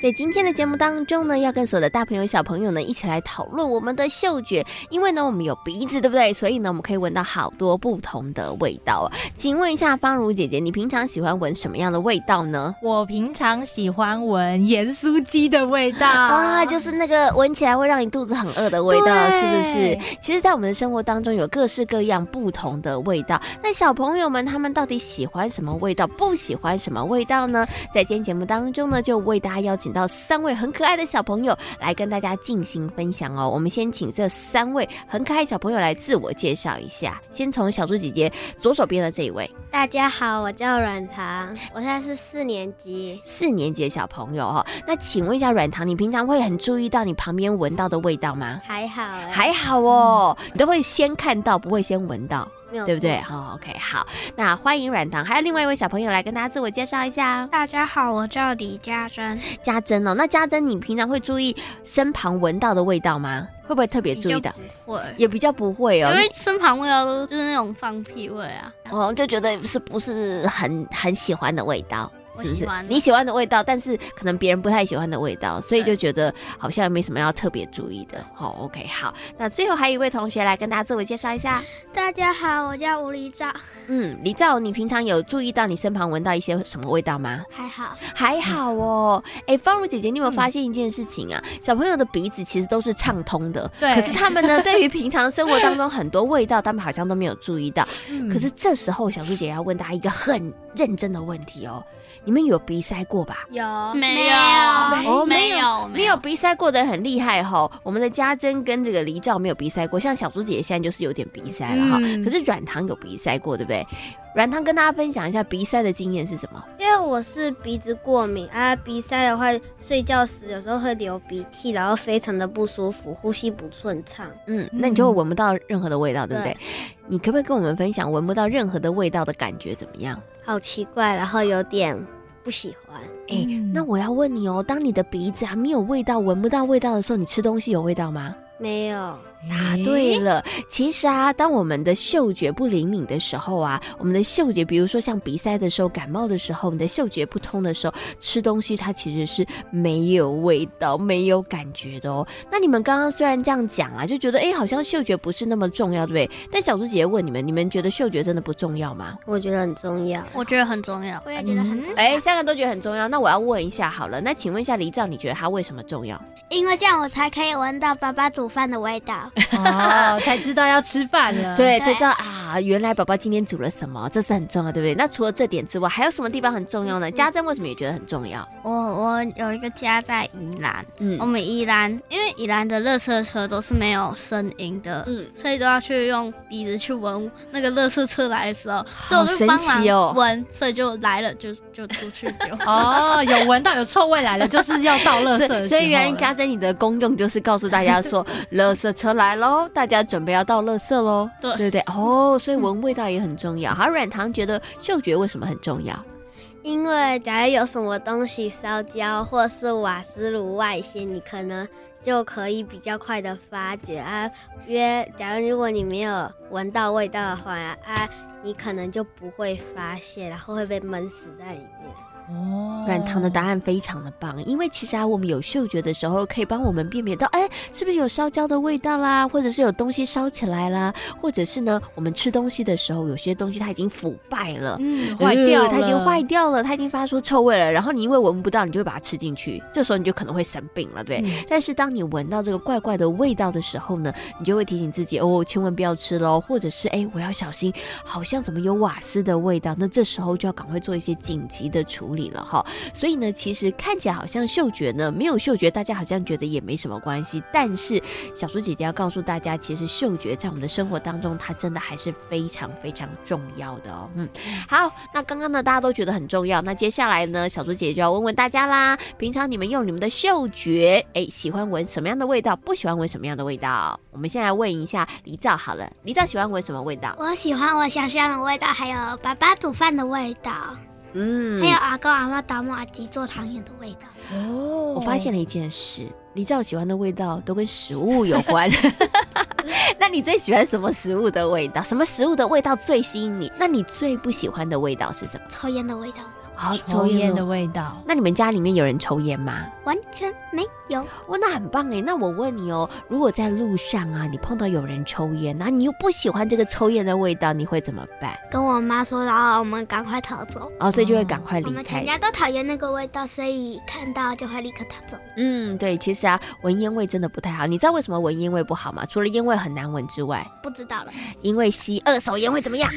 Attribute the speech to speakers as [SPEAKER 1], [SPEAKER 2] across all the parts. [SPEAKER 1] 在今天的节目当中呢，要跟所有的大朋友、小朋友呢一起来讨论我们的嗅觉，因为呢我们有鼻子，对不对？所以呢我们可以闻到好多不同的味道啊。请问一下芳如姐姐，你平常喜欢闻什么样的味道呢？
[SPEAKER 2] 我平常喜欢闻盐酥鸡的味道
[SPEAKER 1] 啊，就是那个闻起来会让你肚子很饿的味道，
[SPEAKER 2] 对
[SPEAKER 1] 啊是 不是？其实，在我们的生活当中有各式各样不同的味道。那小朋友们他们到底喜欢什么味道，不喜欢什么味道呢？在今天节目当中呢，就为大家邀请到三位很可爱的小朋友来跟大家进行分享哦。我们先请这三位很可爱小朋友来自我介绍一下，先从小猪姐姐左手边的这一位。
[SPEAKER 3] 大家好，我叫软糖，我现在是四年级。
[SPEAKER 1] 四年级的小朋友哈、哦，那请问一下软糖，你平常会很注意到你旁边闻到的味道吗？
[SPEAKER 3] 还好哎，
[SPEAKER 1] 还好哦，你都会先看到，不会先闻到，
[SPEAKER 3] 没有
[SPEAKER 1] 对不对
[SPEAKER 4] 嗯
[SPEAKER 3] 错？？
[SPEAKER 1] 哦，OK，好，那欢迎软糖，还有另外一位小朋友来跟大家自我介绍一下，
[SPEAKER 4] 大家好，我叫李嘉珍，
[SPEAKER 1] 家珍哦。那家珍，你平常会注意身旁闻到的味道吗？会不会特别注意到？
[SPEAKER 4] 会，
[SPEAKER 1] 也比较不会哦
[SPEAKER 4] 因，为身旁味道都就是那种放屁味啊。
[SPEAKER 1] 哦，就觉得是不是很很喜欢的味道？
[SPEAKER 4] 我
[SPEAKER 1] 是不
[SPEAKER 4] 喜
[SPEAKER 1] 是
[SPEAKER 4] 欢
[SPEAKER 1] 你喜欢的味道，但是可能别人不太喜欢的味道，所以就
[SPEAKER 4] 对
[SPEAKER 1] 觉得好像没什么要特别注意的。好、o k 好，那最后还有一位同学来跟大家自我介绍一下。
[SPEAKER 4] 大家好，我叫吴黎照，
[SPEAKER 1] 嗯，李兆，你平常有注意到你身旁闻到一些什么味道吗？
[SPEAKER 4] 还好，
[SPEAKER 1] 还好哦。哎，芳如姐姐，你有没有发现一件事情啊？小朋友的鼻子其实都是畅通的，
[SPEAKER 2] 对
[SPEAKER 1] 可是他们 呢，对于平常生活当中很多味道，他们好像都没有注意到。
[SPEAKER 2] 嗯
[SPEAKER 1] 可是这时候，小猪姐要问大家一个很认真的问题哦：你们有鼻塞过吧？
[SPEAKER 3] 有
[SPEAKER 4] 没
[SPEAKER 1] 哦
[SPEAKER 4] 有，
[SPEAKER 1] 没
[SPEAKER 4] 没
[SPEAKER 1] 有
[SPEAKER 4] 有，
[SPEAKER 1] 没有，鼻塞过的人很厉害哈、我们的家珍跟这个黎照没有鼻塞过，像小猪姐姐现在就是有点鼻塞了哈、
[SPEAKER 2] 嗯
[SPEAKER 1] 可是软糖有鼻塞过，对不对？软糖跟大家分享一下鼻塞的经验是什么？
[SPEAKER 3] 因为我是鼻子过敏啊，鼻塞的话，睡觉时有时候会流鼻涕，然后非常的不舒服，呼吸不顺畅。
[SPEAKER 1] 嗯，那你就会闻不到任何的味道，对不对？你可不可以跟我们分享闻不到任何的味道的感觉怎么样？
[SPEAKER 3] 好奇怪，然后有点不喜欢。
[SPEAKER 1] 哎、
[SPEAKER 2] 嗯
[SPEAKER 1] 那我要问你哦，当你的鼻子还没有味道、闻不到味道的时候，你吃东西有味道吗？
[SPEAKER 3] 没有，
[SPEAKER 1] 答对了。其实啊，当我们的嗅觉不灵敏的时候啊，我们的嗅觉，比如说像鼻塞的时候、感冒的时候，你的嗅觉不通的时候，吃东西它其实是没有味道、没有感觉的哦。那你们刚刚虽然这样讲啊，就觉得哎，诶好像嗅觉不是那么重要，对不对？但小猪姐姐问你们，你们觉得嗅觉真的不重要吗？
[SPEAKER 3] 我觉得很重要。
[SPEAKER 4] 我觉得很重要，我也觉得很重要，
[SPEAKER 1] 哎，三个都觉得很重要。那我要问一下好了，那请问一下黎照，你觉得它为什么重要？
[SPEAKER 3] 嗯
[SPEAKER 4] 因为这样我才可以闻到爸爸煮饭的味道。
[SPEAKER 2] 哦，才知道要吃饭了。
[SPEAKER 1] 对，
[SPEAKER 4] 嗯对
[SPEAKER 1] 才知道啊，原来宝宝今天煮了什么，这是很重要，对不对？那除了这点之外，还有什么地方很重要
[SPEAKER 4] 嗯
[SPEAKER 1] 呢？家珍为什么也觉得很重要？
[SPEAKER 4] 我我有一个家在宜兰，
[SPEAKER 1] 嗯
[SPEAKER 4] 我们宜兰因为宜兰的垃圾车都是没有声音的，
[SPEAKER 1] 嗯，
[SPEAKER 4] 所以都要去用鼻子去闻那个垃圾车来的时候，所
[SPEAKER 1] 好
[SPEAKER 4] 以我就
[SPEAKER 1] 神
[SPEAKER 4] 帮
[SPEAKER 1] 奇哦
[SPEAKER 4] 忙闻，所以就来了就就出去丢。
[SPEAKER 2] 哦，有闻到有臭味来了，就是要倒垃圾
[SPEAKER 1] 所
[SPEAKER 2] 的时
[SPEAKER 1] 以所
[SPEAKER 2] 候了。
[SPEAKER 1] 以原来家珍你的功用就是告诉大家说，垃圾车来 喽，大家准备要倒垃圾喽，
[SPEAKER 4] 对
[SPEAKER 1] 对不对？哦，所以闻味道也很重要。好，软糖觉得嗅觉为什么很重要？
[SPEAKER 3] 因为假如有什么东西烧焦，或是瓦斯炉外泄，你可能就可以比较快的发觉啊。因为假如如果你没有闻到味道的话啊，你可能就不会发现，然后会被闷死在里面。
[SPEAKER 2] 哦
[SPEAKER 1] 软糖的答案非常的棒，因为其实啊，我们有嗅觉的时候，可以帮我们辨别到，哎，是不是有烧焦的味道啦，或者是有东西烧起来啦，或者是呢，我们吃东西的时候，有些东西它已经腐败了。
[SPEAKER 2] 嗯坏掉了，
[SPEAKER 1] 呃它已经坏掉了，它已经发出臭味了。然后你因为闻不到，你就会把它吃进去，这时候你就可能会生病了，对。
[SPEAKER 2] 嗯
[SPEAKER 1] 但是当你闻到这个怪怪的味道的时候呢，你就会提醒自己哦，千万不要吃喽，或者是哎，我要小心，好像怎么有瓦斯的味道，那这时候就要赶快做一些紧急的处理了哈。所以呢，其实看起来好像嗅觉呢没有嗅觉，大家好像觉得也没什么关系。但是小猪姐姐要告诉大家，其实嗅觉在我们的生活当中，它真的还是非常非常重要的哦。嗯，好，那刚刚呢大家都觉得很重要，那接下来呢，小猪姐姐就要问问大家啦，平常你们用你们的嗅觉，哎，喜欢闻什么样的味道，不喜欢闻什么样的味道？我们先来问一下黎照好了，黎照喜欢闻什么味道？
[SPEAKER 4] 我喜欢我香香的味道，还有爸爸煮饭的味道，
[SPEAKER 1] 嗯，
[SPEAKER 4] 还有阿公阿妈打麻鸡做汤圆的味道。
[SPEAKER 2] 哦
[SPEAKER 1] 我发现了一件事，李照喜欢的味道都跟食物有 关。那你最喜欢什么食物的味道？什么食物的味道最吸引你？那你最不喜欢的味道是什么？
[SPEAKER 4] 抽烟的味道
[SPEAKER 1] 好
[SPEAKER 2] 抽烟的
[SPEAKER 1] 味。
[SPEAKER 2] 味道，
[SPEAKER 1] 那你们家里面有人抽烟吗？
[SPEAKER 4] 完全没有，
[SPEAKER 1] 哇，那很棒哎！那我问你哦，如果在路上啊，你碰到有人抽烟，那你又不喜欢这个抽烟的味道，你会怎么办？
[SPEAKER 4] 跟我妈说，然后我们赶快逃走。
[SPEAKER 1] 哦，所以就会赶快
[SPEAKER 4] 我
[SPEAKER 1] 离
[SPEAKER 4] 们
[SPEAKER 1] 开
[SPEAKER 4] 全。家都讨厌那个味道，所以看到就会立刻逃走。
[SPEAKER 1] 嗯，对，其实啊，闻烟味真的不太好。你知道为什么闻烟味不好吗？除了烟味很难闻之外，
[SPEAKER 4] 不知道了，
[SPEAKER 1] 因为吸二手烟会怎么样？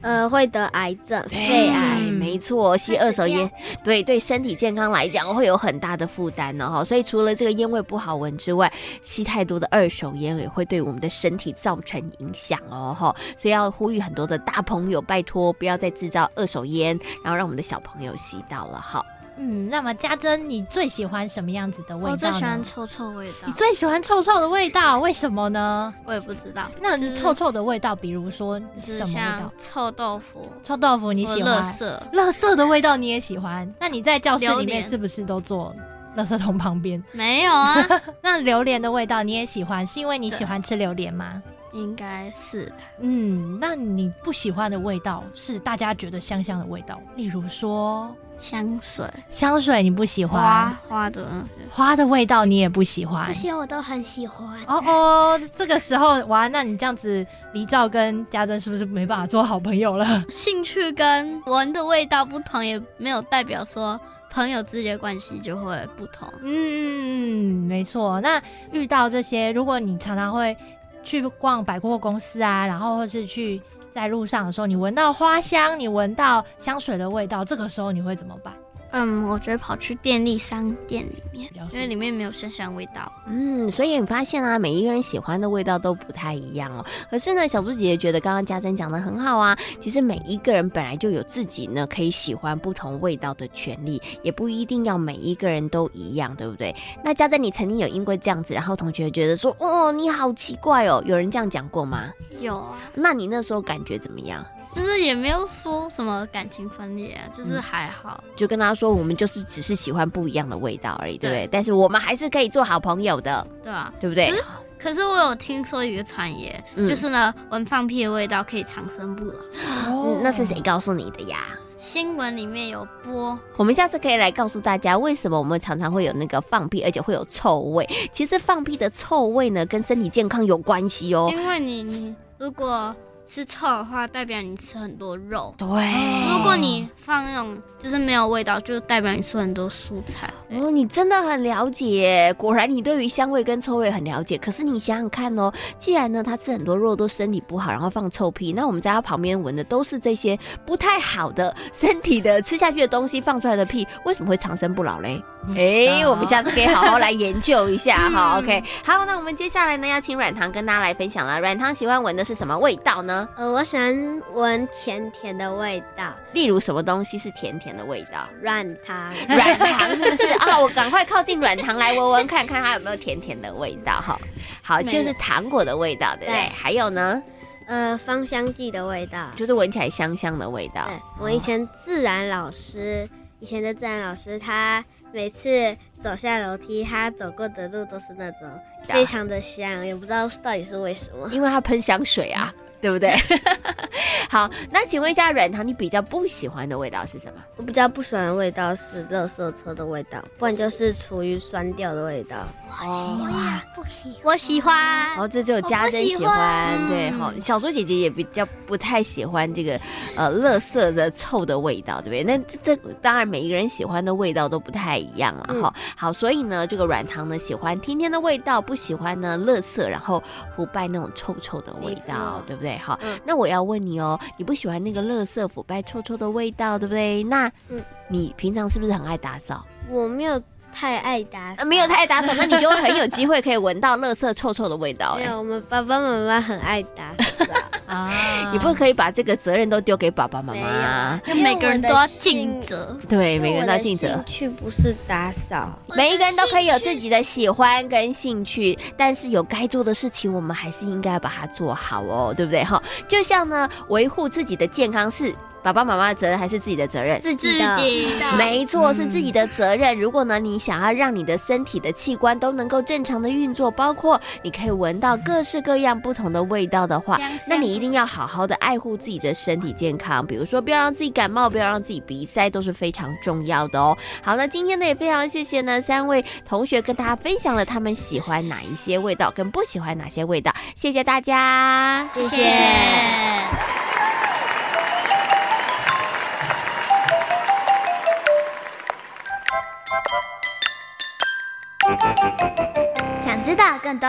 [SPEAKER 3] 呃，会得癌症、肺
[SPEAKER 1] 肺癌，
[SPEAKER 3] 癌。
[SPEAKER 1] 没错，吸二手烟，对对身体健康来讲会有很大的负担哦。所以除了这个烟味不好闻之外，吸太多的二手烟也会对我们的身体造成影响哦。哈，所以要呼吁很多的大朋友，拜托不要再制造二手烟，然后让我们的小朋友吸到了哈。
[SPEAKER 2] 嗯，那么家珍，你最喜欢什么样子的味道？
[SPEAKER 5] 我最喜欢，臭臭味道
[SPEAKER 2] 你，最喜欢臭臭的味道，为什么呢？
[SPEAKER 5] 我也不知道，
[SPEAKER 2] 那
[SPEAKER 5] 就是
[SPEAKER 2] 臭臭的味道，比如说
[SPEAKER 5] 就是
[SPEAKER 2] 什么味
[SPEAKER 5] 像
[SPEAKER 2] 道？
[SPEAKER 5] 臭豆腐、
[SPEAKER 2] 臭豆腐你
[SPEAKER 5] 或
[SPEAKER 2] 喜
[SPEAKER 5] 呃垃
[SPEAKER 2] 欢，垃
[SPEAKER 5] 圾，
[SPEAKER 2] 圾的味道你也喜欢？那你在教室里
[SPEAKER 5] 榴
[SPEAKER 2] 面
[SPEAKER 5] 莲
[SPEAKER 2] 是不是都坐垃圾桶旁边？
[SPEAKER 5] 没有啊，
[SPEAKER 2] 那榴莲的味道你也喜欢，是因为你
[SPEAKER 5] 对
[SPEAKER 2] 喜欢吃榴莲吗？
[SPEAKER 5] 应该是吧
[SPEAKER 2] 嗯，那你不喜欢的味道是大家觉得香香的味道，例如说
[SPEAKER 5] 香水、
[SPEAKER 2] 香水你不喜
[SPEAKER 5] 花
[SPEAKER 2] 欢，
[SPEAKER 5] 花的嗯那些，
[SPEAKER 2] 花的味道你也不喜欢
[SPEAKER 4] 这。些我都很喜欢。
[SPEAKER 2] 哦哦，这个时候哇，那你这样子，黎照跟家珍是不是没办法做好朋友了？
[SPEAKER 5] 兴趣跟闻的味道不同，也没有代表说朋友之间的关系就会不同。
[SPEAKER 2] 嗯，没错。那遇到这些，如果你常常会去逛百货公司啊，然后或是去在路上的时候，你闻到花香，你闻到香水的味道，这个时候你会怎么办？
[SPEAKER 5] 嗯，我觉得跑去便利商店里面
[SPEAKER 2] 比较舒，服
[SPEAKER 5] 因为里面没有香香味道。
[SPEAKER 1] 嗯，所以你发现啊，每一个人喜欢的味道都不太一样哦。可是呢，小猪姐姐觉得刚刚家珍讲的很好啊。其实每一个人本来就有自己呢可以喜欢不同味道的权利，也不一定要每一个人都一样，对不对？那家珍，你曾经有因为这样子，然后同学觉得说，哦，你好奇怪哦，有人这样讲过吗？
[SPEAKER 5] 有啊，
[SPEAKER 1] 那你那时候感觉怎么样？
[SPEAKER 5] 就是也没有说什么感情分裂啊，就是还好。
[SPEAKER 1] 就跟他说，我们就是只是喜欢不一样的味道而已，对不对？但是我们还是可以做好朋友的，
[SPEAKER 5] 对啊，
[SPEAKER 1] 对不对？
[SPEAKER 5] 可可是我有听说一个传言，
[SPEAKER 1] 嗯
[SPEAKER 5] 就是呢，闻放屁的味道可以长生不老。
[SPEAKER 1] 嗯那是谁告诉你的呀？
[SPEAKER 5] 新闻里面有播，
[SPEAKER 1] 我们下次可以来告诉大家，为什么我们常常会有那个放屁，而且会有臭味。其实放屁的臭味呢，跟身体健康有关系哦。
[SPEAKER 5] 因为你你如果吃臭的话，代表你吃很多肉；
[SPEAKER 1] 对，
[SPEAKER 5] 如果你放那种就是没有味道，就代表你吃很多蔬菜。
[SPEAKER 1] 哦，你真的很了解，果然你对于香味跟臭味很了解。可是你想想看哦，既然呢他吃很多肉都身体不好，然后放臭屁，那我们在他旁边闻的都是这些不太好的 身体的吃下去的东西放出来的屁，为什么会长生不老嘞？哎、我们下次可以好好来研究一下哈。OK，好，那我们接下来呢要请软糖跟大家来分享了。软糖喜欢闻的是什么味道呢？
[SPEAKER 3] 呃，我喜欢闻甜甜的味道，
[SPEAKER 1] 例如什么东西是甜甜的味道？
[SPEAKER 3] 软糖。
[SPEAKER 1] 软糖是不是啊？我赶快靠近软糖来闻闻看看它有没有甜甜的味道哈。好，
[SPEAKER 5] 没有
[SPEAKER 1] 就是糖果的味道，对不对？
[SPEAKER 3] 对
[SPEAKER 1] 还有呢，
[SPEAKER 3] 呃，芳香剂的味道。
[SPEAKER 1] 就是闻起来香香的味道。
[SPEAKER 3] 对，嗯我以前自然老师，以前的自然老师，他每次走下楼梯，他走过的路都是那种
[SPEAKER 1] 对啊
[SPEAKER 3] 非常的香，也不知道到底是为什么。
[SPEAKER 1] 因为它喷香水啊，对不对？ 好，那请问一下软糖，你比较不喜欢的味道是什么？
[SPEAKER 3] 我比较不喜欢的味道是垃圾车的味道，不然就是厨余酸掉的味道。
[SPEAKER 4] 哦我也不喜
[SPEAKER 5] 我喜欢，
[SPEAKER 1] 哦，这只有家珍喜
[SPEAKER 5] 我不喜欢
[SPEAKER 1] 欢，
[SPEAKER 3] 嗯
[SPEAKER 1] 对，好，小猪姐姐也比较不太喜欢这个呃，垃圾的臭的味道，对不对？那这这当然每一个人喜欢的味道都不太一样了
[SPEAKER 3] 嗯
[SPEAKER 1] 哈、好，所以呢，这个软糖呢喜欢甜甜的味道，不喜欢呢垃圾，然后腐败那种臭臭的味
[SPEAKER 3] 没
[SPEAKER 1] 道
[SPEAKER 3] 错，
[SPEAKER 1] 对不对？好，
[SPEAKER 3] 嗯
[SPEAKER 1] 那我要问你哦，哦，你不喜欢那个垃圾腐败臭臭的味道，对不对？那
[SPEAKER 3] 嗯
[SPEAKER 1] 你平常是不是很爱打扫？
[SPEAKER 3] 我没有太爱打
[SPEAKER 1] 呃，
[SPEAKER 3] 扫，
[SPEAKER 1] 没有太爱打扫，那你就很有机会可以闻到垃圾臭臭的味道、
[SPEAKER 3] 没
[SPEAKER 1] 哎，
[SPEAKER 3] 有，我们爸爸妈妈很爱打扫，嗯
[SPEAKER 2] 啊，
[SPEAKER 1] 你不可以把这个责任都丢给爸爸妈妈啊。
[SPEAKER 3] 因为
[SPEAKER 5] 每个人都
[SPEAKER 3] 我
[SPEAKER 5] 要
[SPEAKER 3] 的兴
[SPEAKER 5] 尽，责。
[SPEAKER 1] 对，
[SPEAKER 3] 因为
[SPEAKER 1] 每个人
[SPEAKER 3] 我
[SPEAKER 1] 都要
[SPEAKER 3] 的
[SPEAKER 1] 尽责
[SPEAKER 3] 兴。趣不是打扫，
[SPEAKER 1] 每一个人都可以有自己的喜欢跟兴趣，但是有该做的事情，我们还是应该把它做好哦，对不对？哈，就像呢，维护自己的健康是爸爸妈妈的责任还是自己的责任？
[SPEAKER 3] 自
[SPEAKER 5] 自
[SPEAKER 3] 己的
[SPEAKER 5] 己
[SPEAKER 1] 没错，
[SPEAKER 2] 嗯
[SPEAKER 1] 是自己的责任。如果呢，你想要让你的身体的器官都能够正常的运作，包括你可以闻到各式各样不同的味道的话，那你一定要好好的爱护自己的身体健康，比如说不要让自己感冒，不要让自己鼻塞，都是非常重要的哦。好，那今天呢也非常谢谢呢三位同学跟大家分享了他们喜欢哪一些味道，跟不喜欢哪些味道，谢谢大家，
[SPEAKER 3] 谢
[SPEAKER 5] 谢谢。
[SPEAKER 6] 想知道更多